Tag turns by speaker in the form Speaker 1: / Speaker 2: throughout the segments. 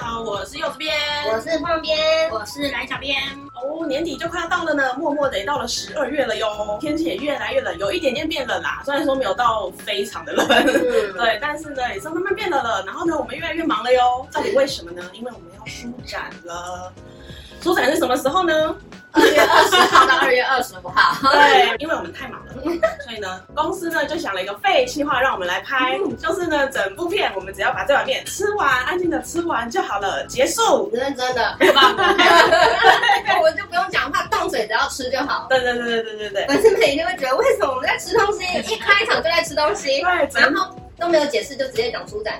Speaker 1: 好，我是柚子边，
Speaker 2: 我是胖边，
Speaker 3: 我是蓝小编，
Speaker 1: 哦，年底就快要到了呢，默默的也到了十二月了哟，天气也越来越冷，有一点点变冷啦，虽然说没有到非常的冷，
Speaker 2: 嗯，
Speaker 1: 对，但是呢也是慢慢变冷了。然后呢，我们越来越忙了哟，到底为什么呢？因为我们要书展了。书展是什么时候呢？
Speaker 3: 二月二十号到二月二十五号，
Speaker 1: 对，因为我们太忙了，所以呢，公司呢就想了一个废计划，让我们来拍，就是呢，整部片我们只要把这碗面吃完，安静的吃完就好了，结束。
Speaker 2: 认真的，
Speaker 3: 对吧？ 我就不用讲话，动嘴只要吃就好。
Speaker 1: 对对对对对对对，
Speaker 2: 粉丝们一定会觉得为什么我们在吃东西，
Speaker 3: 一开场就在吃东西，
Speaker 1: 对，整
Speaker 2: 然后都没有解释就直接讲书展，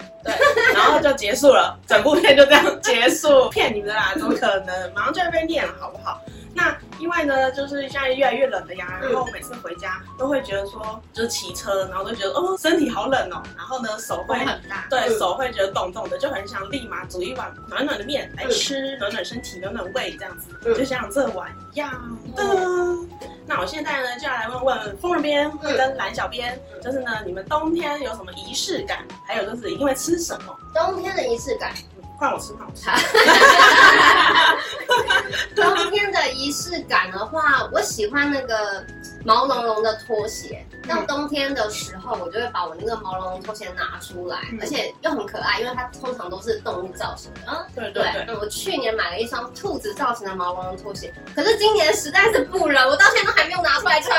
Speaker 1: 然后就结束了，整部片就这样结束，骗你们的啦，怎么可能？马上就会被念了，好不好？那因为呢，就是现在越来越冷了呀，然
Speaker 2: 嗯
Speaker 1: 后每次回家都会觉得说，就是骑车，然后都觉得哦，身体好冷哦，然后呢，手会
Speaker 3: 风很大，
Speaker 1: 对
Speaker 2: 嗯
Speaker 1: 手会觉得冻冻的，就很想立马煮一碗暖暖的面来吃，暖暖身体，暖暖胃这样子，
Speaker 2: 嗯
Speaker 1: 就像这碗一样的。那我现在呢，就要来问问风人编
Speaker 2: 嗯
Speaker 1: 跟蓝小编，就是呢，你们冬天有什么仪式感？还有就是因为吃什么？
Speaker 2: 冬天的仪式感，
Speaker 1: 换我吃，换我吃。
Speaker 2: 冬天的仪式感的话，我喜欢那个毛茸茸的拖鞋。到
Speaker 1: 嗯
Speaker 2: 冬天的时候，我就会把我那个毛茸茸拖鞋拿出来，
Speaker 1: 嗯
Speaker 2: 而且又很可爱，因为它通常都是动物造型的。嗯，
Speaker 1: 对对
Speaker 2: 对
Speaker 1: 对，。
Speaker 2: 嗯我去年买了一双兔子造型的毛茸茸拖鞋，可是今年实在是不冷，我到现在都还没有拿出来穿，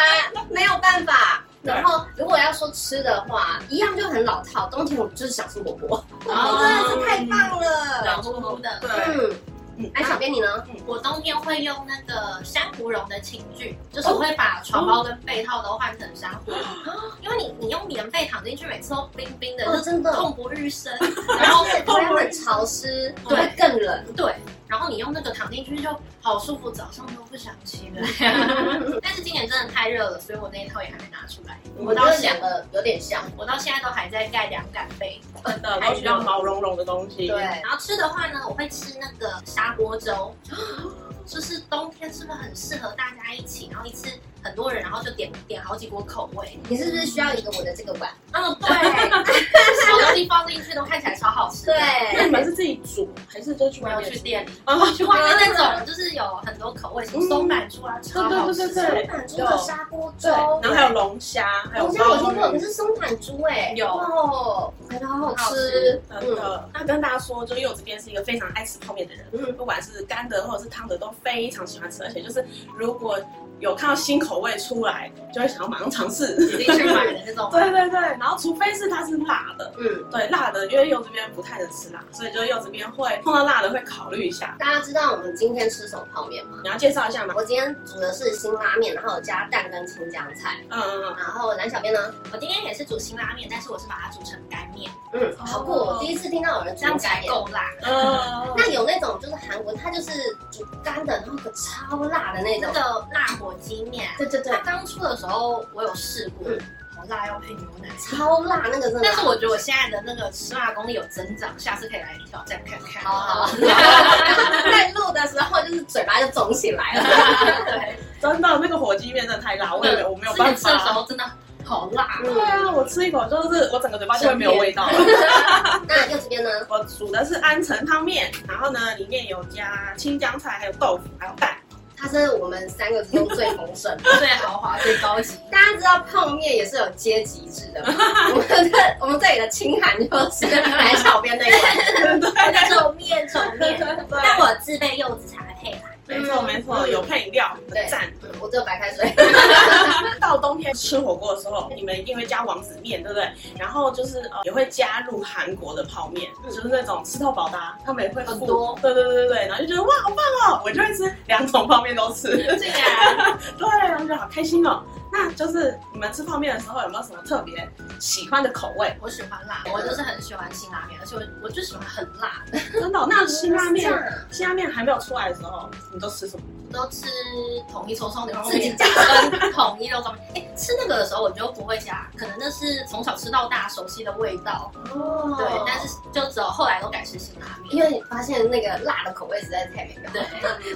Speaker 2: 没有办法。
Speaker 1: 对
Speaker 2: 然后，如果要说吃的话，一样就很老套。冬天我就是想吃火锅，
Speaker 3: 哦
Speaker 2: 真的是太棒了。
Speaker 3: 软乎乎的。
Speaker 1: 对，
Speaker 2: 嗯
Speaker 1: 嗯，
Speaker 2: 哎，小编你呢？
Speaker 3: 我冬天会用那个珊瑚绒的寝具，就是我会把床包跟被套都换成珊瑚绒，因为你你用棉被躺进去，每次都冰冰的，
Speaker 1: 啊
Speaker 2: 哦，
Speaker 3: 就是
Speaker 2: 真的，
Speaker 3: 痛不欲生。
Speaker 2: 然
Speaker 3: 然
Speaker 2: 后
Speaker 3: 后
Speaker 2: 它很潮湿，
Speaker 3: 对
Speaker 2: 会更冷。
Speaker 3: 对，然后你用那个躺进去就好舒服，早上都不想起来。但是今年真的太热了，所以我那一套也还没拿出来。
Speaker 1: 嗯
Speaker 2: 我觉得两个有点像，
Speaker 3: 我到现在都还在盖凉感被。
Speaker 1: 真的都需要毛茸茸的东西。
Speaker 2: 对，
Speaker 3: 然后吃的话呢，我会吃那个砂锅粥，就是冬天是不是很适合大家一起，然后一次很多人，然后就点点好几锅口味。
Speaker 2: 你是不是需要一个我的这个碗？
Speaker 3: 嗯，对，所有东西放进去都看起来超好吃的。
Speaker 1: 那你
Speaker 2: 对，
Speaker 1: 们是自己煮还是就去
Speaker 3: 我
Speaker 1: 外
Speaker 3: 要
Speaker 1: 面
Speaker 3: 去
Speaker 1: 吃？
Speaker 3: 店里，
Speaker 1: 啊，
Speaker 3: 去外面那种就是有很多口味，什么松板猪啊，超好吃。
Speaker 1: 对对对对
Speaker 2: 松猪的砂锅粥。
Speaker 1: 然后还有龙虾，还有
Speaker 2: 好像我
Speaker 1: 鲍
Speaker 2: 听过，可
Speaker 1: 鱼。
Speaker 2: 是松板猪哎，
Speaker 3: 有
Speaker 2: 哦，感觉好好吃，
Speaker 1: 真的，那跟大家说，就柚子边是一个非常爱吃泡面的人，
Speaker 2: 嗯
Speaker 1: 不管是干的或者是汤的，都非常喜欢吃。而且就是如果有看到新口味出来，就会想要马上尝试。
Speaker 3: 指定去买的那
Speaker 2: 哦
Speaker 3: 种。
Speaker 1: 对对对，然后除非是它是辣的，
Speaker 2: 嗯。
Speaker 1: 对辣的，因为柚子边不太能吃辣，所以就柚子边会碰到辣的会考虑一下。
Speaker 2: 大家知道我们今天吃什么泡面吗？
Speaker 1: 你要介绍一下吗？
Speaker 2: 我今天煮的是辛拉面，然后有加蛋跟青江菜。
Speaker 1: 嗯嗯嗯。
Speaker 2: 然后蓝小编呢？
Speaker 3: 我今天也是煮辛拉面，但是我是把它煮成干面，
Speaker 2: 嗯，好酷！我第一次听到有人
Speaker 3: 这
Speaker 2: 这
Speaker 3: 样
Speaker 2: 样
Speaker 3: 才
Speaker 2: 改
Speaker 3: 够辣。
Speaker 1: 嗯，
Speaker 2: 那有那种就是韩国，它就是煮干的，然后可超辣的那
Speaker 3: 那
Speaker 2: 种。
Speaker 3: 个辣火鸡面，啊
Speaker 2: 对对对
Speaker 3: 它，刚出的时候我有试过
Speaker 2: 嗯，啊
Speaker 3: 好辣，要配牛奶。
Speaker 2: 超辣那个真的。
Speaker 3: 但是我觉得我现在的那个吃辣功力有增长，下次可以来挑战看看。
Speaker 2: 好好，好 在录的时候就是嘴巴就肿起来了。
Speaker 3: 对，
Speaker 1: 真的，那个火鸡面真的太辣，我也没有我没有
Speaker 3: 之前
Speaker 1: 办
Speaker 3: 吃的时
Speaker 1: 法。
Speaker 3: 候真的好辣。
Speaker 2: 嗯
Speaker 1: 对啊，我吃一口就是我整个嘴巴就会没有味道了。
Speaker 2: 那柚子边呢？
Speaker 1: 我煮的是安城汤面，然后呢里面有加青江菜，还有豆腐，还有蛋。
Speaker 2: 它是我们三个之中最丰 盛的。
Speaker 3: 最豪华、最高 级，
Speaker 2: 大家知道泡面也是有阶级制的嘛，我们的我们这里的清寒就是蓝小编那一碗。
Speaker 3: 皱面皱 面。但我自备柚子茶配啦，
Speaker 1: 没错没错，有配饮料，很赞。
Speaker 2: 嗯我只有白开水。
Speaker 1: 到冬天吃火锅的时候，你们一定会加王子面，对不对？然后就是呃也会加入韩国的泡面，
Speaker 2: 嗯
Speaker 1: 就是那种吃到饱的啊，他们也会附
Speaker 3: 很多。
Speaker 1: 对对对对对，然后就觉得哇好棒哦，我就会吃两种泡面都 吃。
Speaker 3: 竟然
Speaker 1: 对，然后就好开心哦。那就是你们吃泡面的时候有没有什么特别喜欢的口味？
Speaker 3: 我喜欢辣，我就是很喜欢辛拉面，而且我我就喜欢很辣，
Speaker 1: 真的哦、那辛拉
Speaker 2: 是这
Speaker 1: 面，
Speaker 2: 样啊
Speaker 1: 辛拉面还没有出来的时候，你都吃什么？
Speaker 3: 都吃统一抽葱牛肉
Speaker 2: 自己
Speaker 3: 面跟统一肉 燥面。哎、吃那个的时候我就不会加，可能那是从小吃到大熟悉的味道。
Speaker 2: 哦
Speaker 3: 对，但是就只有后来都改吃辛拉面。
Speaker 2: 因为你发现那个辣的口味实在是太美妙。
Speaker 3: 对，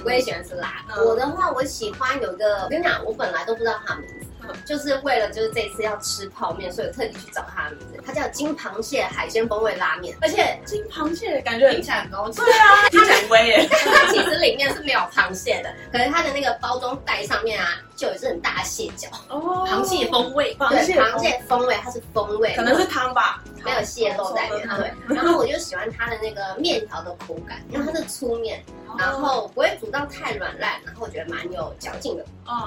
Speaker 2: 我也喜欢吃辣的。
Speaker 1: 嗯
Speaker 2: 我的话，我喜欢有一个，我跟你讲，我本来都不知道它的名字，
Speaker 1: 嗯
Speaker 2: 就是为了就是这一次要吃泡面，所以我特地去找它的名字，它叫金螃蟹海鲜风味拉面，而且
Speaker 1: 啊金螃蟹感觉
Speaker 3: 听
Speaker 1: 很
Speaker 3: 起来很高级。
Speaker 1: 听起来很威耶，
Speaker 2: 但它其实里面是没有螃蟹的， 可是它的那个包装袋上面啊，就有一只很大的蟹脚，
Speaker 1: 哦
Speaker 3: 螃蟹风味，
Speaker 1: 螃
Speaker 2: 对，
Speaker 1: 蟹
Speaker 2: 螃蟹风味，它是风味，
Speaker 1: 可能是汤吧，
Speaker 2: 没有蟹肉在里面。
Speaker 1: 汤
Speaker 2: 对，然后我就喜欢它的那个面条的口感，因为它是粗面，
Speaker 1: 哦
Speaker 2: 然后不会煮到太软烂，然后我觉得蛮有嚼劲的，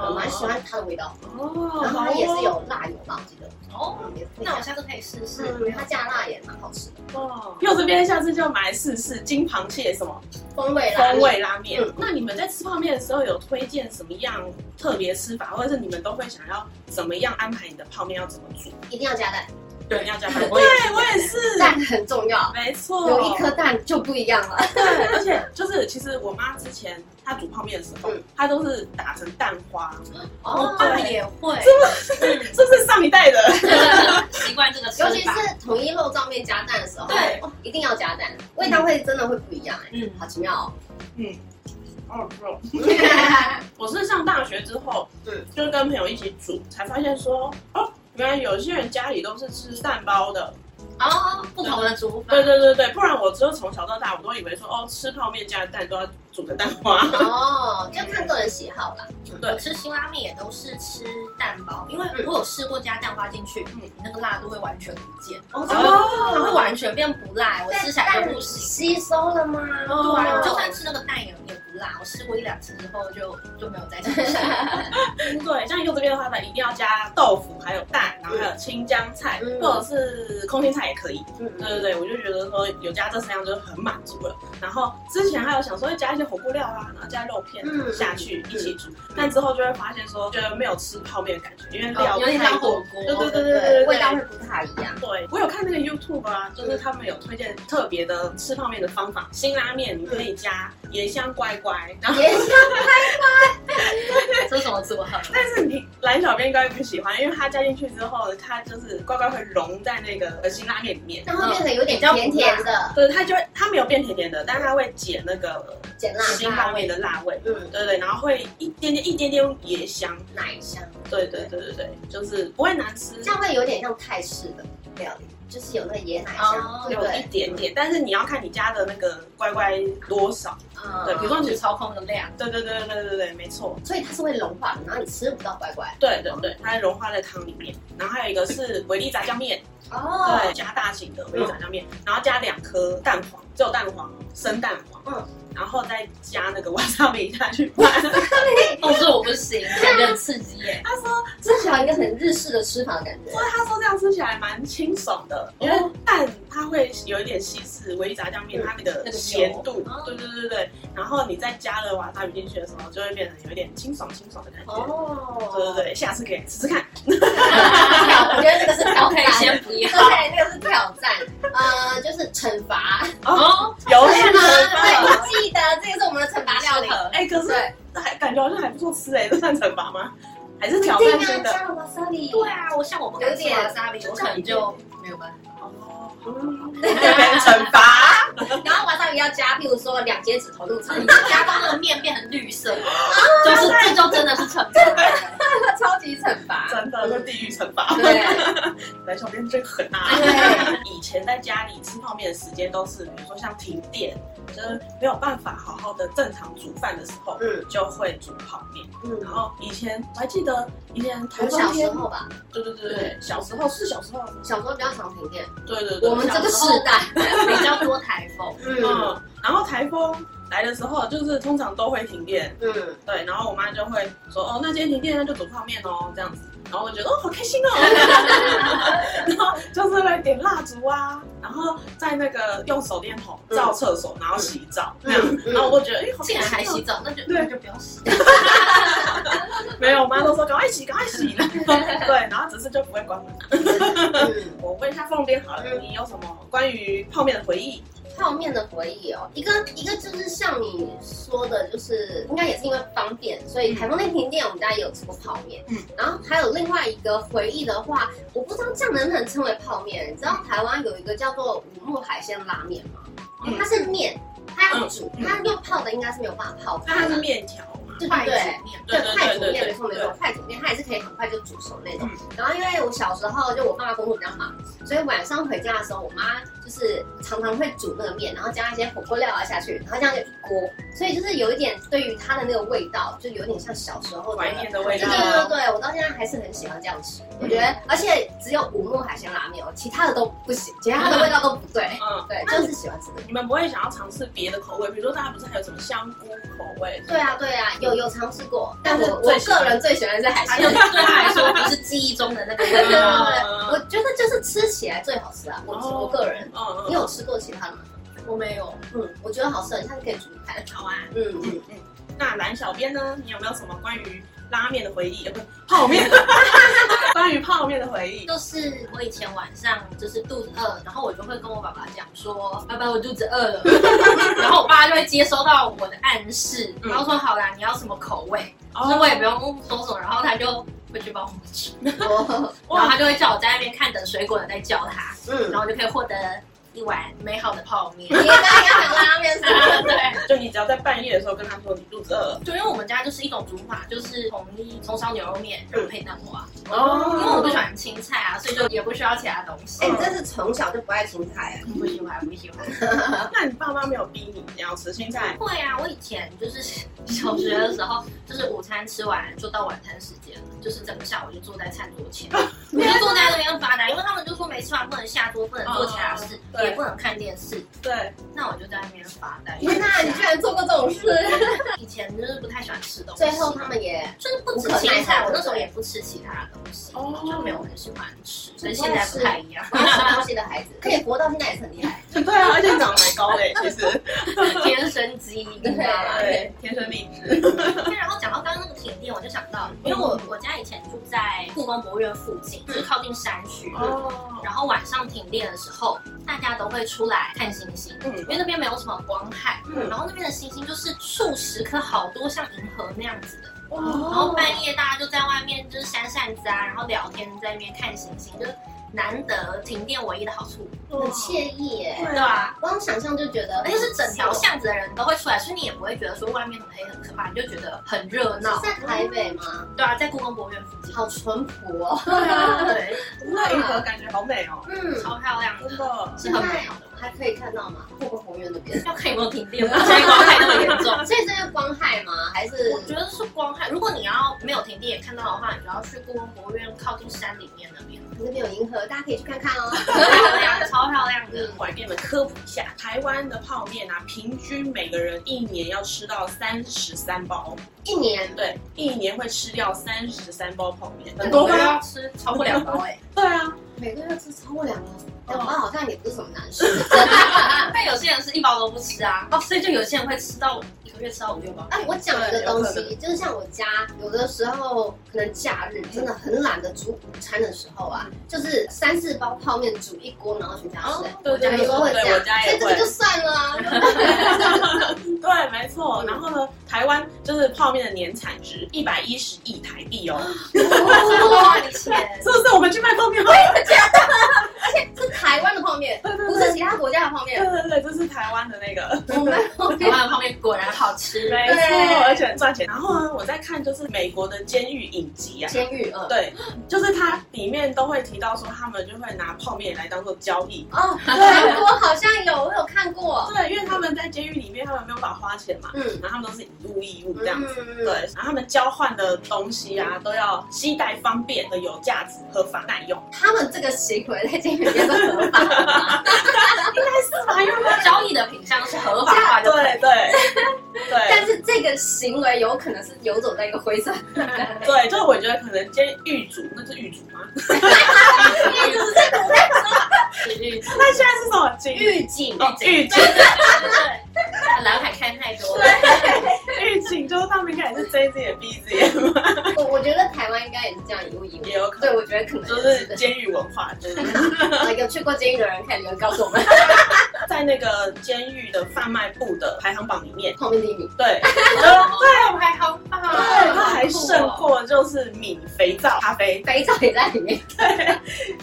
Speaker 2: 我蛮喜欢它的味道。
Speaker 1: 哦，
Speaker 2: 然后它也是有辣油吧，我记得，
Speaker 3: 哦，
Speaker 2: 嗯，也不一
Speaker 3: 那我
Speaker 2: 样。
Speaker 3: 下次可以试试。
Speaker 2: 是，它加辣也蛮好吃的，
Speaker 1: 哦。右这边下次就买试试金螃蟹什么
Speaker 2: 风味辣面
Speaker 1: 风味拉面
Speaker 2: 嗯。
Speaker 1: 那你们在吃泡面的时候有推荐什么样特别吃法，或者是你们都会想要怎么样安排你的泡面要怎么煮？
Speaker 2: 一定要 加蛋，
Speaker 1: 对，要加 蛋。
Speaker 3: 我
Speaker 1: 对
Speaker 3: 也
Speaker 1: 我也是，
Speaker 2: 蛋很重要，
Speaker 1: 没错，
Speaker 2: 有一颗蛋就不一样了。
Speaker 1: 对，而且就是其实我妈之前她煮泡面的时候，
Speaker 2: 嗯
Speaker 1: 她都是打成蛋花，
Speaker 3: 哦，
Speaker 1: 对
Speaker 3: 他们也会，
Speaker 1: 这是上一代的。
Speaker 3: 习惯这个吃
Speaker 2: 尤其是
Speaker 3: 法。
Speaker 2: 统一肉燥面加蛋的时候，
Speaker 3: 对
Speaker 2: 哦，一定要加蛋，味道会真的会不一样、哎，
Speaker 3: 嗯
Speaker 2: 好奇妙哦。
Speaker 1: 哦，肉。我是上大学之后，
Speaker 2: 嗯
Speaker 1: 嗯，就跟朋友一起煮，才发现说，哦，原来有些人家里都是吃蛋包的。
Speaker 2: 嗯
Speaker 3: 哦，不同的煮法。
Speaker 1: 对对对对，不然我只有从小到大我都以为说，哦，吃泡面加蛋都要煮个蛋花。
Speaker 2: 哦，就看个人喜好 啦。
Speaker 3: 我吃辛拉面也都是吃蛋包，因为我有试过加蛋花进去，
Speaker 1: 嗯
Speaker 3: 你那个辣度会完全不见，
Speaker 2: 哦
Speaker 3: 然后它会完全变不辣，我吃起来就不行。
Speaker 2: 吸收了吗？
Speaker 1: 哦
Speaker 3: 对，
Speaker 1: 哇
Speaker 3: 我就算吃那个蛋也也不辣，我试过一两次之后就就没有再吃下来。
Speaker 1: 对，像柚子面的话呢，一定要加豆腐，还有蛋，然后还有青江菜，
Speaker 2: 嗯
Speaker 1: 或者是空心菜也可以。对
Speaker 2: 嗯，
Speaker 1: 对对，我就觉得说有加这三样就很满足了。然后之前还有想说会加一些火锅料啊，然后加肉片
Speaker 2: 嗯
Speaker 1: 下去一起煮，但之后就会发现说觉得没有吃泡面的感觉，因为料
Speaker 3: 哦有点
Speaker 1: 太
Speaker 3: 像
Speaker 1: 多
Speaker 3: 火锅
Speaker 1: 对对对对对
Speaker 2: 对，
Speaker 1: 对，
Speaker 2: 味道会不太一 样。
Speaker 1: 对，我有看那个 YouTube 啊，就是他们有推荐特别的吃泡面的方法，辛拉面你可以加椰香乖乖，然后
Speaker 2: 也是
Speaker 3: 这是什么组合？
Speaker 1: 但是你蓝小编应该不喜欢，因为它加进去之后，它就是乖乖会融在那个辛拉面里面，
Speaker 2: 那会变得有点甜甜的，
Speaker 1: 对，它就会它没有变甜甜的，但是它会解那个
Speaker 2: 减辣
Speaker 1: 辛拉面的辣味。
Speaker 2: 嗯，
Speaker 1: 对对，然后会一点点一点点椰香，
Speaker 2: 奶香，
Speaker 1: 对对对对对，就是不会难吃
Speaker 2: 这，样会有点像泰式的料理，就是有那个椰奶
Speaker 3: 哦
Speaker 2: 香，对不
Speaker 1: 有一
Speaker 2: 对？
Speaker 1: 点点，但是你要看你加的那个乖乖多少。
Speaker 2: 嗯
Speaker 1: 对比如说
Speaker 3: 你操控的量，
Speaker 1: 对对对对对对对，没错，
Speaker 2: 所以它是会融化的，然后你吃不到乖乖。
Speaker 1: 对对对，它融化在汤里面。然后还有一个是维力炸酱面，
Speaker 2: 哦
Speaker 1: 对，加大型的维力炸酱面，然后加两颗蛋黄，只有蛋黄，生蛋黄，
Speaker 2: 嗯
Speaker 1: 嗯，然后再加那个 wasabi 下去拌。
Speaker 3: 控制我不行， 感觉很刺激耶。
Speaker 1: 他说，
Speaker 2: 这是一个很日式的吃法的感觉。
Speaker 1: 他说这样吃起来蛮清爽的，
Speaker 3: 哦
Speaker 1: 因为蛋它会有一点稀释维力炸酱面它那
Speaker 3: 那个
Speaker 1: 个
Speaker 3: 油
Speaker 1: 咸度
Speaker 3: 哦，
Speaker 1: 对对对对，然后你再加了瓦萨比进去的时候，就会变成有一点清爽清爽的感觉。
Speaker 2: 哦，
Speaker 1: 对对对，下次可以试试看。
Speaker 2: 我觉得这个是挑
Speaker 3: 可以
Speaker 2: 战，
Speaker 3: 先不要
Speaker 2: 对，那个是挑战，呃，就是惩罚。
Speaker 3: 哦，
Speaker 1: 有
Speaker 2: 对
Speaker 1: 看
Speaker 2: 吗？
Speaker 1: 吗？
Speaker 2: 对，我记得这个是我们的惩罚料理。
Speaker 1: 哎，可是
Speaker 2: 对，
Speaker 1: 还感觉好像还不错吃哎，这算惩罚吗？还是挑
Speaker 2: 对
Speaker 1: 战
Speaker 2: 啊，
Speaker 1: 性的？
Speaker 2: 加了 wasabi。
Speaker 3: 对啊，我像我不敢吃
Speaker 2: 有点
Speaker 3: wasabi，我可能就没有办法。
Speaker 1: 哦，
Speaker 2: 嗯，
Speaker 1: 惩罚。
Speaker 2: 然后 wasabi 要加，譬如说两节指头入 肠，
Speaker 3: 你嗯加到那个面变成绿色，就是这就真的是成分了。
Speaker 2: 超级惩罚。
Speaker 1: 真的是地狱惩罚，
Speaker 2: 对，
Speaker 1: 来小编真狠啊！
Speaker 2: 对
Speaker 1: 以前在家里吃泡面的时间都是，比如说像停电，就是没有办法好好的正常煮饭的时候，
Speaker 2: 嗯
Speaker 1: 就会煮泡面。然
Speaker 2: 嗯，
Speaker 1: 后以前我还记得以前台
Speaker 2: 我
Speaker 1: 风
Speaker 2: 小时
Speaker 1: 天，
Speaker 2: 候吧，
Speaker 1: 对对对对，小时候是小时候，
Speaker 2: 小时候比较常停电，
Speaker 1: 对对对，
Speaker 2: 我们这个
Speaker 1: 小
Speaker 2: 时代，
Speaker 3: 比较多台风，
Speaker 2: 嗯
Speaker 1: 嗯，然后台风来的时候，就是通常都会停电，
Speaker 2: 嗯，
Speaker 1: 对，然后我妈就会说，哦，那今天停电，那就煮泡面哦，这样子。然后我就觉得哦， 好开心哦，然后就是会点蜡烛啊，然后在那个用手电筒照厕所，然后洗澡这样，然后我就觉得哎，好开
Speaker 3: 竟
Speaker 1: 心
Speaker 3: 然
Speaker 1: 哦
Speaker 3: 还洗澡，那就
Speaker 1: 对
Speaker 3: 那就不要洗。
Speaker 1: 没有，我妈都说赶快洗，赶快 洗，然后对，然后只是就不会关门。
Speaker 2: 嗯，
Speaker 1: 我问一下凤编好了，你有什么关于泡面的回忆？
Speaker 2: 泡面的回忆哦，一个一个就是像你说的，就是应该也是因为方便，所以台风天停电，我们家也有吃过泡面。嗯
Speaker 1: 嗯，
Speaker 2: 然后还有另外一个回忆的话，我不知道这样能不能称为泡面。你知道台湾有一个叫做五木海鲜拉面吗？
Speaker 1: 嗯
Speaker 2: 它是面，它要煮，
Speaker 1: 嗯嗯
Speaker 2: 它用泡的应该是没有办法泡出
Speaker 1: 那它
Speaker 2: 来
Speaker 1: 是
Speaker 2: 的。
Speaker 1: 面条吗？
Speaker 2: 对
Speaker 3: 快
Speaker 2: 对
Speaker 3: 煮面，
Speaker 1: 对嗯
Speaker 2: 对快煮面没错没错，快煮面它也是可以很快就煮熟那种。然后因为我小时候就我爸爸工作比较忙，所以晚上回家的时候，我妈就是常常会煮那个面，然后加一些火锅料啊下去，然后这样就一锅，所以就是有一点对于它的那个味道，就有点像小时候的
Speaker 1: 怀念的味
Speaker 2: 对
Speaker 1: 道嗯
Speaker 2: 对。对对，我到现在还是很喜欢这样吃。我觉得，而且只有五木海鲜拉面哦，其他的都不行，其他的味道都不 对。
Speaker 1: 嗯，
Speaker 2: 对，就是喜欢吃这个。
Speaker 1: 你们不会想要尝试别的口味，比如说大家不是还有什么香菇口味？
Speaker 2: 对啊，对啊，有有尝试过，但
Speaker 1: 但是
Speaker 2: 我我
Speaker 1: 最喜欢
Speaker 2: 个人最喜欢的是海
Speaker 3: 它
Speaker 2: 鲜
Speaker 3: 就。对他来说不是记忆中的那
Speaker 1: 嗯
Speaker 3: 个味
Speaker 2: 对对
Speaker 1: 啊
Speaker 3: 道。
Speaker 2: 对，
Speaker 1: 哦
Speaker 2: 我觉得就是吃起来最好吃啊，我我个人。
Speaker 1: 嗯嗯，
Speaker 2: 你有吃过其他的吗？
Speaker 3: 我没有，
Speaker 2: 嗯，我觉得好吃，你下次可以煮煮看。
Speaker 3: 好啊，
Speaker 2: 嗯嗯，
Speaker 1: 那蓝小编呢？你有没有什么关于拉面的回忆？呃 不，泡面，关于泡面的回忆。
Speaker 3: 就是我以前晚上就是肚子饿，然后我就会跟我爸爸讲说，爸爸我肚子饿了，然后我爸就会接收到我的暗示，
Speaker 1: 嗯哦
Speaker 3: 然后说好啦，你要什么口味，所以我也不用说什么，然后他就会去帮我吃，
Speaker 2: 我
Speaker 3: 然后他就会叫我在那边看等水果的在叫他，然
Speaker 2: 嗯，
Speaker 3: 后我就可以获得一碗美好的泡面。
Speaker 2: 你刚刚讲拉面是吧？
Speaker 3: 对，
Speaker 1: 就你只要在半夜的时候跟他说你肚子饿了，
Speaker 3: 就因为我们家就是一种煮法，就是统一葱烧牛肉面
Speaker 1: 嗯
Speaker 3: 配蛋花，
Speaker 1: 哦
Speaker 3: 因为我不喜欢青菜啊，所以就也不需要其他东西
Speaker 2: 哎，。你真是从小就不爱青菜啊。
Speaker 3: 不喜欢，不喜欢。
Speaker 1: 那你爸妈没有逼你你要吃青菜？
Speaker 3: 会啊，我以前就是小学的时候，就是午餐吃完就到晚餐时间了，就是整个下午就坐在餐桌前，我就坐在那边发呆，因为他们就说没吃完不能下桌，不能做其他事，
Speaker 1: 嗯对
Speaker 3: 也不能看电视。
Speaker 1: 对，
Speaker 3: 那我就在那边发 呆。
Speaker 2: 天哪，你居然做过这 种事！
Speaker 3: 以前就是不太喜欢吃东西，
Speaker 2: 最后他们也
Speaker 3: 就是不吃青菜，我那时候也不吃其他的东西，
Speaker 1: 哦
Speaker 3: 就没有很喜欢吃，跟现在不太一样。
Speaker 2: 不爱吃东西的孩子，可以活到现在也是很厉害。
Speaker 1: 对啊，而且长得蛮高 的，其实，
Speaker 3: 天生基因，你知道吗？
Speaker 1: 对，天生丽质。
Speaker 3: 对，然后讲到刚刚那个停电，我就想到，因为我我家以前住在故宫博物院附近，就是靠近山区。
Speaker 1: 哦，
Speaker 3: 然后晚上停电的时候，大家都会出来看星星，
Speaker 1: 嗯
Speaker 3: 因为那边没有什么光害，
Speaker 1: 嗯
Speaker 3: 然后那边的星星就是数十颗，好多像银河那样子的。然后
Speaker 1: 哇，
Speaker 3: 半夜大家就在外面就是扇扇子啊，然后聊天，在那边看星星，就是难得停电唯一的好处，
Speaker 2: 很惬意耶，
Speaker 1: 对
Speaker 3: 对吧、
Speaker 1: 啊，
Speaker 2: 光想象就觉得，哎
Speaker 3: 而且是整条巷子的人都会出来，所以你也不会觉得说外面很黑很可怕，你就觉得很热
Speaker 2: 是
Speaker 3: 闹。
Speaker 2: 在台北吗？
Speaker 3: 对啊，在故宫博物院附近。
Speaker 2: 好淳朴哦。
Speaker 1: 对啊，
Speaker 3: 对，
Speaker 1: 那银河感觉好美哦，
Speaker 2: 嗯，
Speaker 3: 超漂亮
Speaker 1: 真
Speaker 3: 的，
Speaker 1: 的。
Speaker 3: 是很美好的。
Speaker 2: 还可以看到吗？故宫红院那 边。
Speaker 3: 要看有没有停电， 我现在光害那么严重。
Speaker 2: 所以这是光害吗？还是
Speaker 3: 我觉得 是光害。如果你要没有停电也看到的话，你就要去故宫博物院靠近山里面 那边，
Speaker 2: 那边有银河，大家可以去 看看哦。
Speaker 3: 超漂亮，超漂亮的。
Speaker 1: 我来给你们科普一下，台湾的泡面啊，平均每个人一年要吃到三十三包，
Speaker 2: 一年
Speaker 1: 对，一年会吃掉三十三包泡面，
Speaker 3: 那
Speaker 1: 很
Speaker 3: 你
Speaker 1: 多
Speaker 3: 们
Speaker 1: 吗？
Speaker 3: 要吃超过两包哎，
Speaker 1: 对啊，
Speaker 2: 每个月吃超过两包，两包
Speaker 1: 哦
Speaker 2: 好像也不是什么难 事。
Speaker 3: 但有些人是一包都不吃啊，哦，所以就有些人会吃到一个月吃到五六包。
Speaker 2: 哎，我讲一个
Speaker 1: 对
Speaker 2: 东
Speaker 1: 有可
Speaker 2: 西，就是像我家有的时候可能假日真的很懒得煮午餐的时候啊，就是三四包泡面煮一锅，然后全家
Speaker 3: 哦
Speaker 2: 吃。哎
Speaker 1: 对
Speaker 2: 我家有时候会这
Speaker 1: 对，我
Speaker 2: 样，
Speaker 1: 家
Speaker 2: 所以
Speaker 1: 也
Speaker 2: 这个
Speaker 1: 会
Speaker 2: 就。算了啊。
Speaker 1: 对，没错。
Speaker 2: 嗯
Speaker 1: 然后呢，台湾就是泡面的年产值一百一十亿台币
Speaker 2: 啊
Speaker 1: 哦，
Speaker 3: 哇，你钱
Speaker 1: 是不是？我们去卖泡面好了。
Speaker 2: 是台湾的泡 面，
Speaker 1: 对对
Speaker 2: 哎不是其他国家的泡 面。
Speaker 1: 对对对，这是台湾的那个，
Speaker 2: 我们泡
Speaker 3: 台
Speaker 2: 面
Speaker 3: 湾的泡面果然好吃。
Speaker 1: 没错，而且很赚钱。然后呢，我在看就是美国的监狱影集啊，
Speaker 2: 监狱呃，
Speaker 1: 对，就是它里面都会提到说，他们就会拿泡面来当做交易。
Speaker 2: 哦，韩国好像有，我有看过。
Speaker 1: 对，因为他们在监狱里面，他们没有办法花钱嘛，
Speaker 2: 嗯，
Speaker 1: 然后他们都是以物易物这样子。
Speaker 2: 嗯
Speaker 1: 对，，然后他们交换的东西啊，都要携带方便的、有价值、合法、耐用。
Speaker 2: 嗯他们这个行为在监狱里面都合法的吗？
Speaker 1: 是吧？因为
Speaker 3: 交易的品相是合法化就可以
Speaker 1: 对对对
Speaker 2: 但是这个行为有可能是游走在一个灰色地 带。
Speaker 1: 对，就是我觉得可能监狱主，那是狱主吗？
Speaker 3: 是预制
Speaker 1: 那现在是什么监狱？
Speaker 2: 预警，
Speaker 1: 哦，狱警，
Speaker 3: 对，蓝海看太多了。
Speaker 1: 狱警 就是他们应该也是睁一只眼闭一只眼吧，
Speaker 2: 我我觉得台湾应该也是这样一物一物。
Speaker 1: 啊也有可
Speaker 2: 对，
Speaker 1: 能
Speaker 2: 我觉得可能
Speaker 1: 就
Speaker 2: 也
Speaker 1: 是监狱文化，就是
Speaker 2: 呃有去过监狱的人，可以留言告诉我们
Speaker 1: 在那个监狱的贩卖部的排行榜里面，
Speaker 2: 后面第一名。
Speaker 1: 对，
Speaker 3: 对，我还好
Speaker 1: 对，他
Speaker 3: 棒。
Speaker 1: 还还胜过就是米、肥皂、咖啡，
Speaker 2: 肥皂也在里面，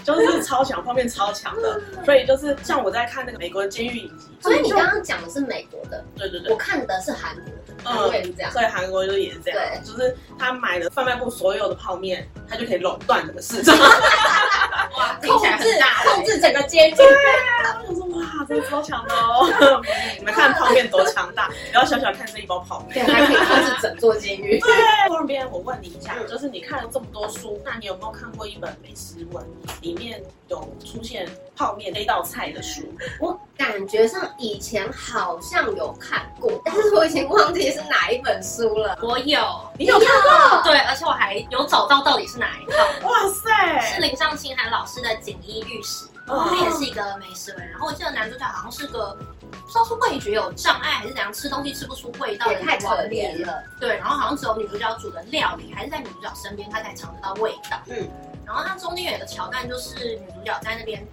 Speaker 1: 就是超强，方面超强的。所以就是像我在看那个美国监狱影集，
Speaker 2: 所以你刚刚讲的是美国的，
Speaker 1: 对对
Speaker 2: 我
Speaker 1: 对，
Speaker 2: 看的是韩国的，韩国也是这样。
Speaker 1: 所以韩国就是也是这样，就是他买了贩卖部所有的泡面，他就可以垄断整个市场。
Speaker 3: 哇，哦听
Speaker 2: 控
Speaker 3: 起来
Speaker 2: 制
Speaker 3: 很大
Speaker 2: 控制整个街区，
Speaker 1: 我想说哇，真的超强的哦！ 你们看泡面多强大，不要小小看这一包泡面。
Speaker 2: 对，还可以控制整座监狱。
Speaker 1: 突然边，我问你一下，就是你看了这么多书，那你有没有看过一本美食文，里面有出现泡面这道菜的书？
Speaker 2: 我感觉上以前好像有看过，但是我已经忘记是哪一本书了。
Speaker 3: 我有，
Speaker 2: 哦
Speaker 1: 你有看过？
Speaker 3: 对，而且我还有找到到底是哪一套，
Speaker 1: 哇
Speaker 3: 是
Speaker 1: 塞！
Speaker 3: 林上清涵老师的《锦衣玉食》，
Speaker 1: 哦
Speaker 3: 他也是一个美食文。然后我记得男主角好像是个。不知道是味觉有障碍还是怎样，吃东西吃不出味道的
Speaker 2: 也太可
Speaker 3: 顽童
Speaker 2: 怜了，
Speaker 3: 对，然后好像只有女主角煮的料理还是在女主角身边，她才尝得到味道。
Speaker 2: 嗯
Speaker 3: 嗯，然后它中间有一个桥段，就是女主角在那边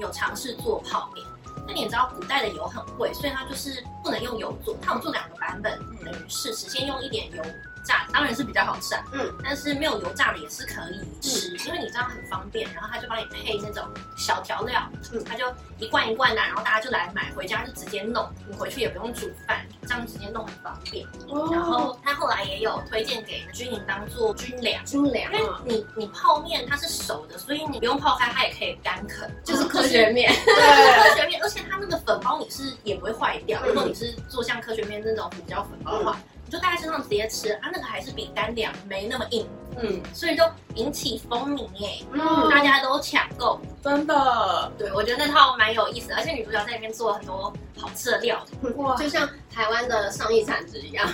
Speaker 3: 有尝试做泡面。那你也知道古代的油很贵，所以它就是不能用油做，它有做两个版本，
Speaker 1: 嗯
Speaker 3: 等于是只先用一点油炸，当然是比较好炸，
Speaker 2: 嗯
Speaker 3: 嗯，但是没有油炸的也是可以吃，因为你这样很方便。然后他就帮你配那种小调料，
Speaker 2: 嗯
Speaker 3: 嗯，他就一罐一罐的，然后大家就来买，回家就直接弄，你回去也不用煮饭，这样直接弄很方便。然
Speaker 2: 哦
Speaker 3: 后他后来也有推荐给军营当做军粮，
Speaker 2: 军粮
Speaker 3: 因
Speaker 1: 哎
Speaker 3: 为你你泡面它是熟的，所以你不用泡开，它也可以干啃，
Speaker 2: 就是科哦学面，
Speaker 3: 对，就是 科学面，而且它那个粉包你是也不会坏掉。
Speaker 2: 嗯
Speaker 3: 如果你是做像科学面那种胡椒粉包的话，你就带在身上直接吃，啊，那个还是比干粮没那么硬，
Speaker 1: 嗯，
Speaker 3: 所以就引起风靡耶，
Speaker 1: 嗯
Speaker 3: 大家都抢购。
Speaker 1: 真的
Speaker 3: 对，我觉得那套蛮有意思，而且女主角在里面做了很多好吃的料理，
Speaker 1: 哇！
Speaker 2: 就像台湾的上一产值一样，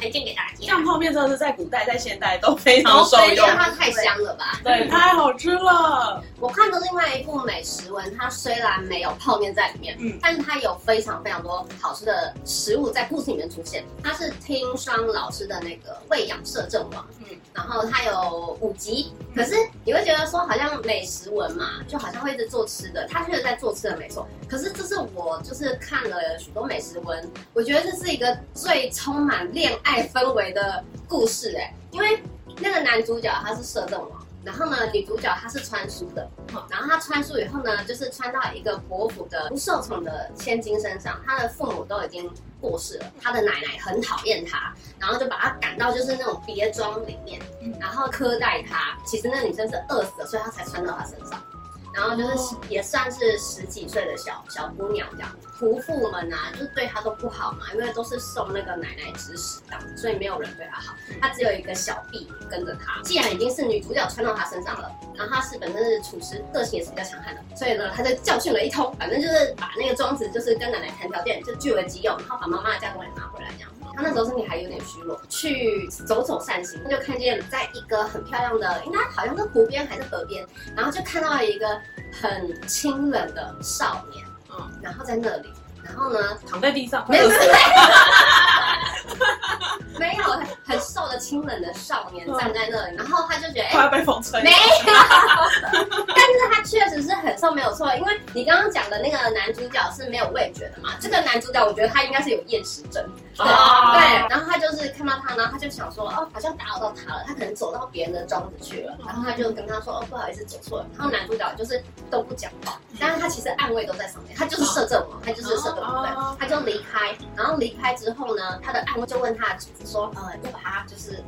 Speaker 3: 推荐给大家
Speaker 1: 像。泡面真的是在古代在现代都非常
Speaker 3: 好
Speaker 1: 受
Speaker 2: 因
Speaker 1: 用
Speaker 2: 为，它太香了吧。
Speaker 1: 对，太好吃了。
Speaker 2: 我看的另外一部美食文，它虽然没有泡面在里面，
Speaker 1: 嗯
Speaker 2: 但是它有非常非常多好吃的食物在故事里面出现。它是听双老师的那个《喂养摄政王》，嗯
Speaker 1: 嗯，
Speaker 2: 然后它有五集，可是你会觉得说好像美食文嘛，就好像会一直做吃的，它确实在做吃的没错。可是这是我就是看了许多美食文，我觉得这是一个最充满恋爱氛围的故事哎、因为那个男主角他是摄政王，然后呢女主角她是穿书的，然后他穿书以后呢，就是穿到一个伯府的不受宠的千金身上，他的父母都已经过世了，他的奶奶很讨厌他，然后就把他赶到就是那种别庄里面
Speaker 1: 嗯，
Speaker 2: 然后苛待他。其实那女生是饿死了，所以他才穿到他身上。然后就是
Speaker 1: 哦
Speaker 2: 也算是十几岁的小小姑娘这样，仆妇们啊，就是对她都不好嘛，因为都是受那个奶奶指使的，所以没有人对她好，她只有一个小婢女跟着她。既然已经是女主角穿到她身上了。然后他是本身是厨师，个性也是比较强悍的，所以呢，他就教训了一通，反正就是把那个庄子就是跟奶奶谈条件，就据为己有，然后把妈妈的嫁妆也拿回来这样子。他那时候身体还有点虚弱，去走走散心，就看见在一个很漂亮的，应该好像是湖边还是河边，然后就看到了一个很清冷的少年，嗯
Speaker 1: 嗯，
Speaker 2: 然后在那里，然后呢，
Speaker 1: 躺在地上，呃
Speaker 2: 没
Speaker 1: 快
Speaker 2: 有
Speaker 1: 饿
Speaker 2: 没
Speaker 1: 死
Speaker 2: 有
Speaker 1: 了。
Speaker 2: 没有很很瘦的清冷的少年站在那里，然后他就觉得，哎、
Speaker 1: 快要被风吹了
Speaker 2: 没。有，但是他确实是很瘦，没有错。因为你刚刚讲的那个男主角是没有味觉的嘛，这个男主角我觉得他应该是有厌食症，对、
Speaker 1: 哦
Speaker 2: 对。然后他就是看到他，然后他就想说，哦，好像打扰到他了，他可能走到别人的庄子去了，然后他就跟他说，哦，不好意思，走错了。然后男主角就是都不讲话，但是他其实暗卫都在上面，他就是摄政王，他就是摄政王，对。
Speaker 1: 哦
Speaker 2: 他就离开，然后离开之后呢，他的暗卫就问他的侄子说，呃，要把他就是。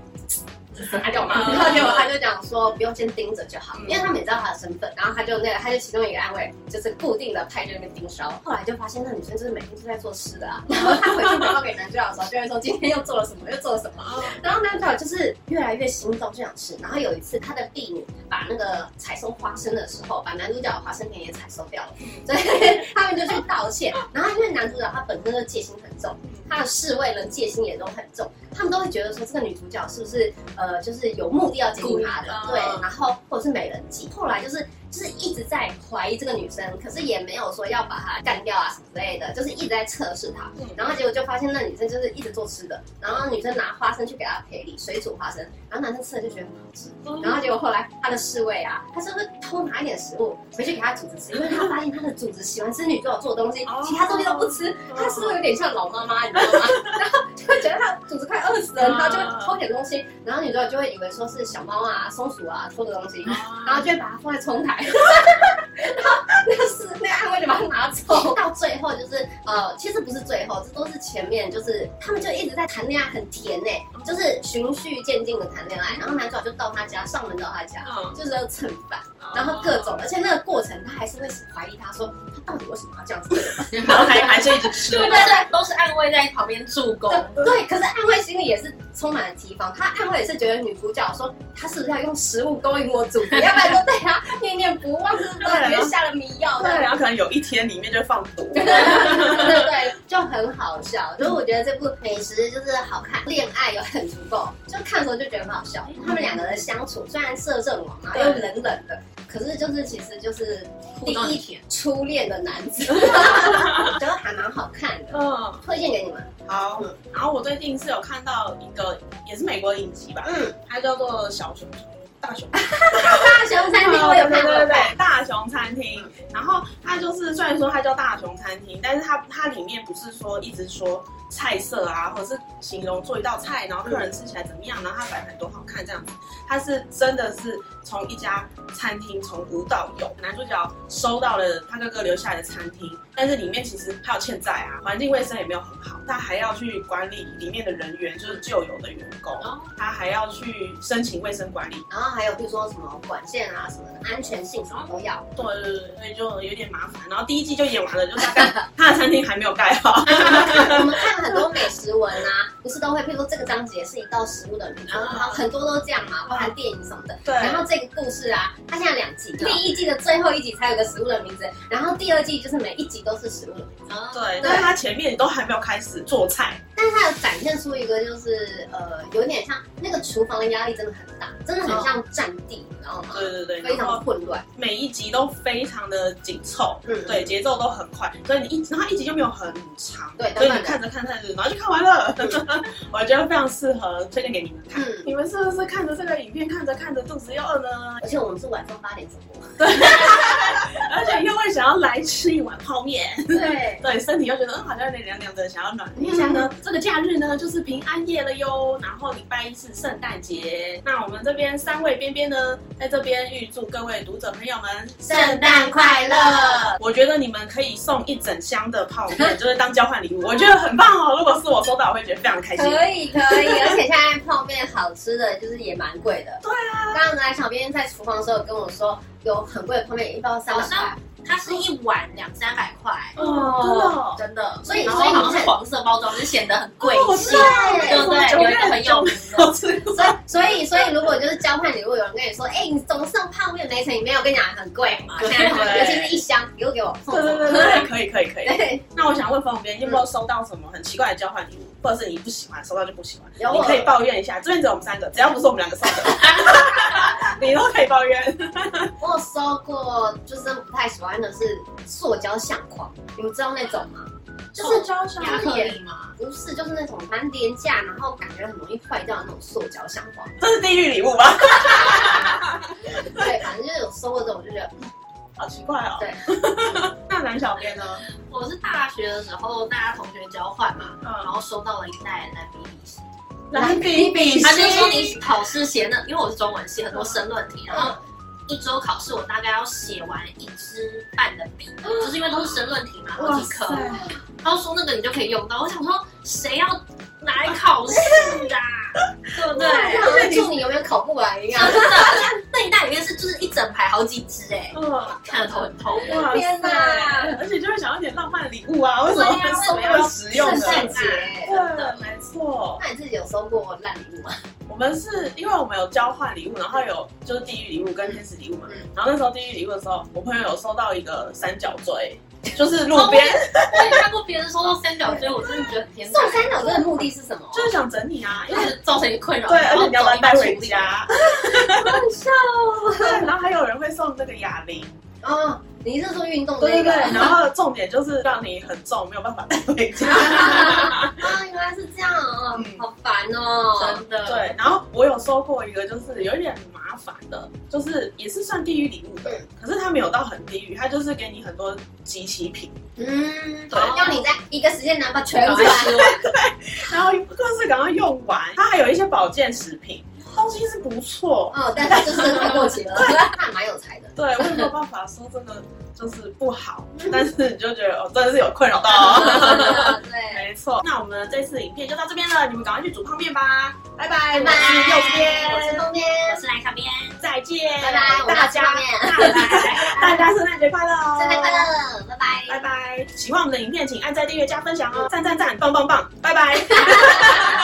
Speaker 2: 杀掉嘛，然后结果他就讲说不用先盯着就好，因为他们也知道他的身份，然后他就那个他就其中一个暗卫就是固定的派这个盯梢，后来就发现那女生就是每天都在做吃的啊，然后他回去报告给男主角的时候，就会说今天又做了什么，又做了什么，然后男主角就是越来越心动，就想吃。然后有一次，他的婢女把那个采收花生的时候，把男主角的花生田也采收掉了，
Speaker 1: 嗯
Speaker 2: 所以他们就去道歉。然后因为男主角他本身就戒心很重，他的侍卫呢戒心也都很重，他们都会觉得说这个女主角是不是呃就是有目的要接近他的
Speaker 1: 故意，的
Speaker 2: 对，然后或者是美人计。后来就是就是一直在怀疑这个女生，可是也没有说要把她干掉啊什么之类的，就是一直在测试她。然后结果就发现那女生就是一直做吃的，然后女生拿花生去给她赔礼，水煮花生，然后男生吃了就觉得很好吃，然
Speaker 1: 嗯
Speaker 2: 后结果后来他的侍卫啊，他是会偷拿一点食物 回去给他主子吃，因为他发现他的主子喜欢吃女主角做的东西
Speaker 1: 哦，
Speaker 2: 其他东西都不吃，他是不是有点像老妈妈，你知道吗？然后就啊就会觉得它肚子快饿死了，然后就
Speaker 1: 啊
Speaker 2: 会偷点东西，然后你就就会以为说是小猫啊、松鼠啊偷的东西，然
Speaker 1: 啊
Speaker 2: 后就会把它放在窗 台，然后那个是那个暗卫就把它拿走。到最后就是呃，其实不是最后，这都是前面，就是他们就一直在谈恋爱，很甜呢、就是循序渐进的谈恋爱。然后男主角就到他家，上门到他家，
Speaker 1: 嗯
Speaker 2: 就是要蹭饭，然后各种，而且那个过程他还是会怀疑他说他到底为什么要这样 子。
Speaker 1: 然后还还是一直吃
Speaker 3: 对，对对，都是暗卫在旁边助攻。
Speaker 2: 对，可是暗卫心里也是充满了提防，他暗卫也是觉得女主角说她是不是要用食物勾引我主 角，要不然就对她念念不忘，就是都里面下了迷药
Speaker 1: 对，
Speaker 2: 的。
Speaker 1: 然后可能有一天里面就放毒，
Speaker 2: 对对对，就很好笑。就是我觉得这部美食就是好看，恋爱又很足够，就看的时候就觉得很好
Speaker 1: 嗯
Speaker 2: 笑。他们两个人相处虽然摄政王啊，又冷冷的，可是就是其实就是第
Speaker 3: 互动
Speaker 2: 一
Speaker 3: 一天
Speaker 2: 初恋的男 子，觉得还蛮好看的，
Speaker 1: 嗯，
Speaker 2: 推荐给你们。
Speaker 1: 好。然后我最近是有看到一个也是美国影集吧，
Speaker 2: 嗯，
Speaker 1: 它叫做小熊大熊。
Speaker 2: 大熊餐厅我有
Speaker 1: 对
Speaker 2: 看
Speaker 1: 对
Speaker 2: 过。
Speaker 1: 对，大熊餐厅。然后它就是虽然说它叫大熊餐厅，但是它它里面不是说一直说菜色啊，或者是形容做一道菜，然后客人吃起来怎么样，然后它摆盘多好看这样子。它是真的是从一家餐厅从无到有，男主角收到了他哥哥留下来的餐厅，但是里面其实还有欠债啊，环境卫生也没有很好，他还要去管理里面的人员，就是旧有的员工
Speaker 3: 哦，
Speaker 1: 他还要去申请卫生管理
Speaker 2: 然后还有比如说什么管线啊什么的，安全性什么都要。
Speaker 1: 对对对，所以就有点麻烦。然后第一季就演完了，就大 概他的餐厅还没有盖好。
Speaker 2: 我们看很多美食文啊，不是都会，譬如说这个章节是一道食物的名称，然后很多都这样嘛，包含电影什么的。
Speaker 1: 啊对
Speaker 2: 然后这个故事啊，它现在两季，第一季的最后一集才有个食物的名字，然后第二季就是每一集都是食物的名字。
Speaker 1: 对，
Speaker 2: 对
Speaker 1: 但是他前面都还没有开始做菜，
Speaker 2: 但是它有展现出一个就是呃，有点像那个厨房的压力真的很大，真的很像战地，你知道吗？
Speaker 1: 对对对，
Speaker 2: 非
Speaker 1: 然
Speaker 2: 常
Speaker 1: 后
Speaker 2: 混乱。
Speaker 1: 每一集都非常的紧凑，
Speaker 2: 嗯，
Speaker 1: 对，节奏都很快，所以你一然后一集就没有很长，
Speaker 2: 对
Speaker 1: 所以你
Speaker 2: 当然
Speaker 1: 看着看着看着，然后就看完了。 我觉得非常适合推荐给你们看。
Speaker 2: 嗯。
Speaker 1: 你们是不是看着这个影片，看着看着肚子又饿呢？
Speaker 2: 而且我们是晚上八点直 播，
Speaker 1: 而且又会想要来吃一碗泡面？
Speaker 2: 对，
Speaker 1: 对，身体又觉得嗯好像有点凉凉的，想要暖一下呢。这个假日呢就是平安夜了哟，然后礼拜一是圣诞节。那我们这边三位边边呢，在这边预祝各位读者朋友们。
Speaker 2: 圣诞快乐！
Speaker 1: 我觉得你们可以送一整箱的泡面，就是当交换礼物，我觉得很棒哦。如果是我收到，我会觉得非常开心。
Speaker 2: 可以可以， 而且现在泡面好吃的就是也蛮贵的。对啊，刚刚来小编在厨房的时候跟我说，有很贵的泡面，一包三百块。
Speaker 3: 它是一碗两三百块，
Speaker 1: 哦，真的哦，
Speaker 3: 真的。
Speaker 2: 所以
Speaker 3: 然后好像
Speaker 2: 所以你
Speaker 3: 是
Speaker 2: 看
Speaker 3: 黄色包装，就显得很贵
Speaker 1: 哦我
Speaker 3: 气
Speaker 1: 知，道
Speaker 3: 对不
Speaker 1: 我
Speaker 3: 对？
Speaker 1: 觉得
Speaker 3: 有一个很有名的，
Speaker 1: 好吃 过。
Speaker 2: 所以所以所以，如果就是交换礼物，有人跟你说，哎、你怎么送泡面没成？你没有跟你讲很贵嘛？
Speaker 1: 对
Speaker 2: 现在很贵尤其是一箱，你又给我送
Speaker 1: 对对
Speaker 2: 走。
Speaker 1: 对 对，可以可以可以。
Speaker 2: 对，
Speaker 1: 那我想问冯编，你有没有收到什么很奇怪的交换礼物，或者是你不喜欢收到就不喜欢？
Speaker 2: 有
Speaker 1: 你
Speaker 2: 我
Speaker 1: 可以抱怨一下，这边只有我们三个，只要不是我们两个送的，你都可以抱怨。
Speaker 2: 我有收过，就是真的不太喜欢的是塑胶相框，你们知道那种吗？就是
Speaker 1: 交上
Speaker 3: 亚克力嘛，
Speaker 2: 不是，就是那种蛮廉价，然后感觉很容易坏掉的那种塑胶相框。
Speaker 1: 这是地狱礼物吧？
Speaker 2: 对，反正就是有收过这种，我就觉得
Speaker 1: 好奇怪哦。
Speaker 2: 对。
Speaker 1: 那男小编呢？
Speaker 3: 我是大学的时候，大家同学交换嘛，然
Speaker 1: 嗯，
Speaker 3: 后收到了一袋蓝比笔芯，
Speaker 1: 来比比
Speaker 3: 他就说你考试写那，因为我是中文系，很多申论题，然后
Speaker 2: 嗯
Speaker 3: 一周考试我大概要写完一支半的笔，就是因为都是申论题嘛，好几科。他就说那个你就可以用到，我想说谁要拿来考试啊？对不对？
Speaker 2: 那我就祝你永远考不完一样。
Speaker 3: 真的，而且那一袋里面是就是一整排好几支哎、
Speaker 1: 嗯，哇
Speaker 3: 看得头很痛。
Speaker 1: 塞
Speaker 2: 天哪
Speaker 1: 而且就会想要点浪漫的礼物啊，为什么
Speaker 3: 对啊
Speaker 1: 送没有实用
Speaker 2: 圣
Speaker 1: 的？
Speaker 2: 诞节，
Speaker 1: 对，没错。
Speaker 2: 那你自己有收过烂礼物吗？
Speaker 1: 我们是因为我们有交换礼物，然后有就是地狱礼物跟天使礼物嘛。
Speaker 2: 嗯
Speaker 1: 然后那时候地狱礼物的时候，我朋友有收到一个三角锥，就是路边，
Speaker 3: 我也看过别人收到三角锥，我真的觉得很天
Speaker 2: 送
Speaker 3: 大，
Speaker 2: 三角锥的目的是什么？
Speaker 1: 就是想整你啊，因
Speaker 3: 就
Speaker 1: 为
Speaker 3: 是造成一个啊困扰。
Speaker 1: 哦对，而且你要把它带回
Speaker 3: 然后
Speaker 1: 家。
Speaker 2: 很笑
Speaker 1: 啊对，然后还有人会送那个哑铃，
Speaker 2: 哦。你是说运动的
Speaker 1: 对对
Speaker 2: 那
Speaker 1: 对
Speaker 2: 个？。
Speaker 1: 然后重点就是让你很重，没有办法带回家。
Speaker 2: 啊，原来是这样哦，
Speaker 1: 嗯
Speaker 2: 好烦
Speaker 3: 走一
Speaker 2: 哦。
Speaker 3: 趟真的，
Speaker 1: 对，然后我有收过一个，就是有一点麻烦的，就是也是算地狱礼物的，可是它没有到很地狱，它就是给你很多集齐品。
Speaker 2: 嗯，
Speaker 1: 对
Speaker 2: 要你在一个时间拿把全
Speaker 3: 赶
Speaker 2: 出
Speaker 3: 快
Speaker 2: 来。
Speaker 3: 吃完
Speaker 1: 然后各式赶快用完。它还有一些保健食品，东西是不错。
Speaker 2: 哦，但是就是快过期了，那蛮 有才的。
Speaker 1: 对，我也没有办法说真的就是不好，但是你就觉得哦，真的是有困扰到、哦。
Speaker 2: 对，
Speaker 1: 没错，那我们这次影片就到这边了，你们赶快去煮泡面吧，拜拜，我
Speaker 2: 拜
Speaker 1: 是右
Speaker 2: 我是
Speaker 1: 边，
Speaker 2: 东边，
Speaker 3: 我是来看 边，
Speaker 1: 再见，
Speaker 2: 拜拜，我们
Speaker 1: 大
Speaker 2: 下次
Speaker 1: 家
Speaker 2: 见面，
Speaker 3: 拜拜。
Speaker 1: 大家圣诞节快乐哦，
Speaker 2: 圣诞快，乐，拜拜，
Speaker 1: 拜拜，喜欢我们的影片请按赞、订阅、加分享哦，赞赞赞，棒棒棒，拜拜。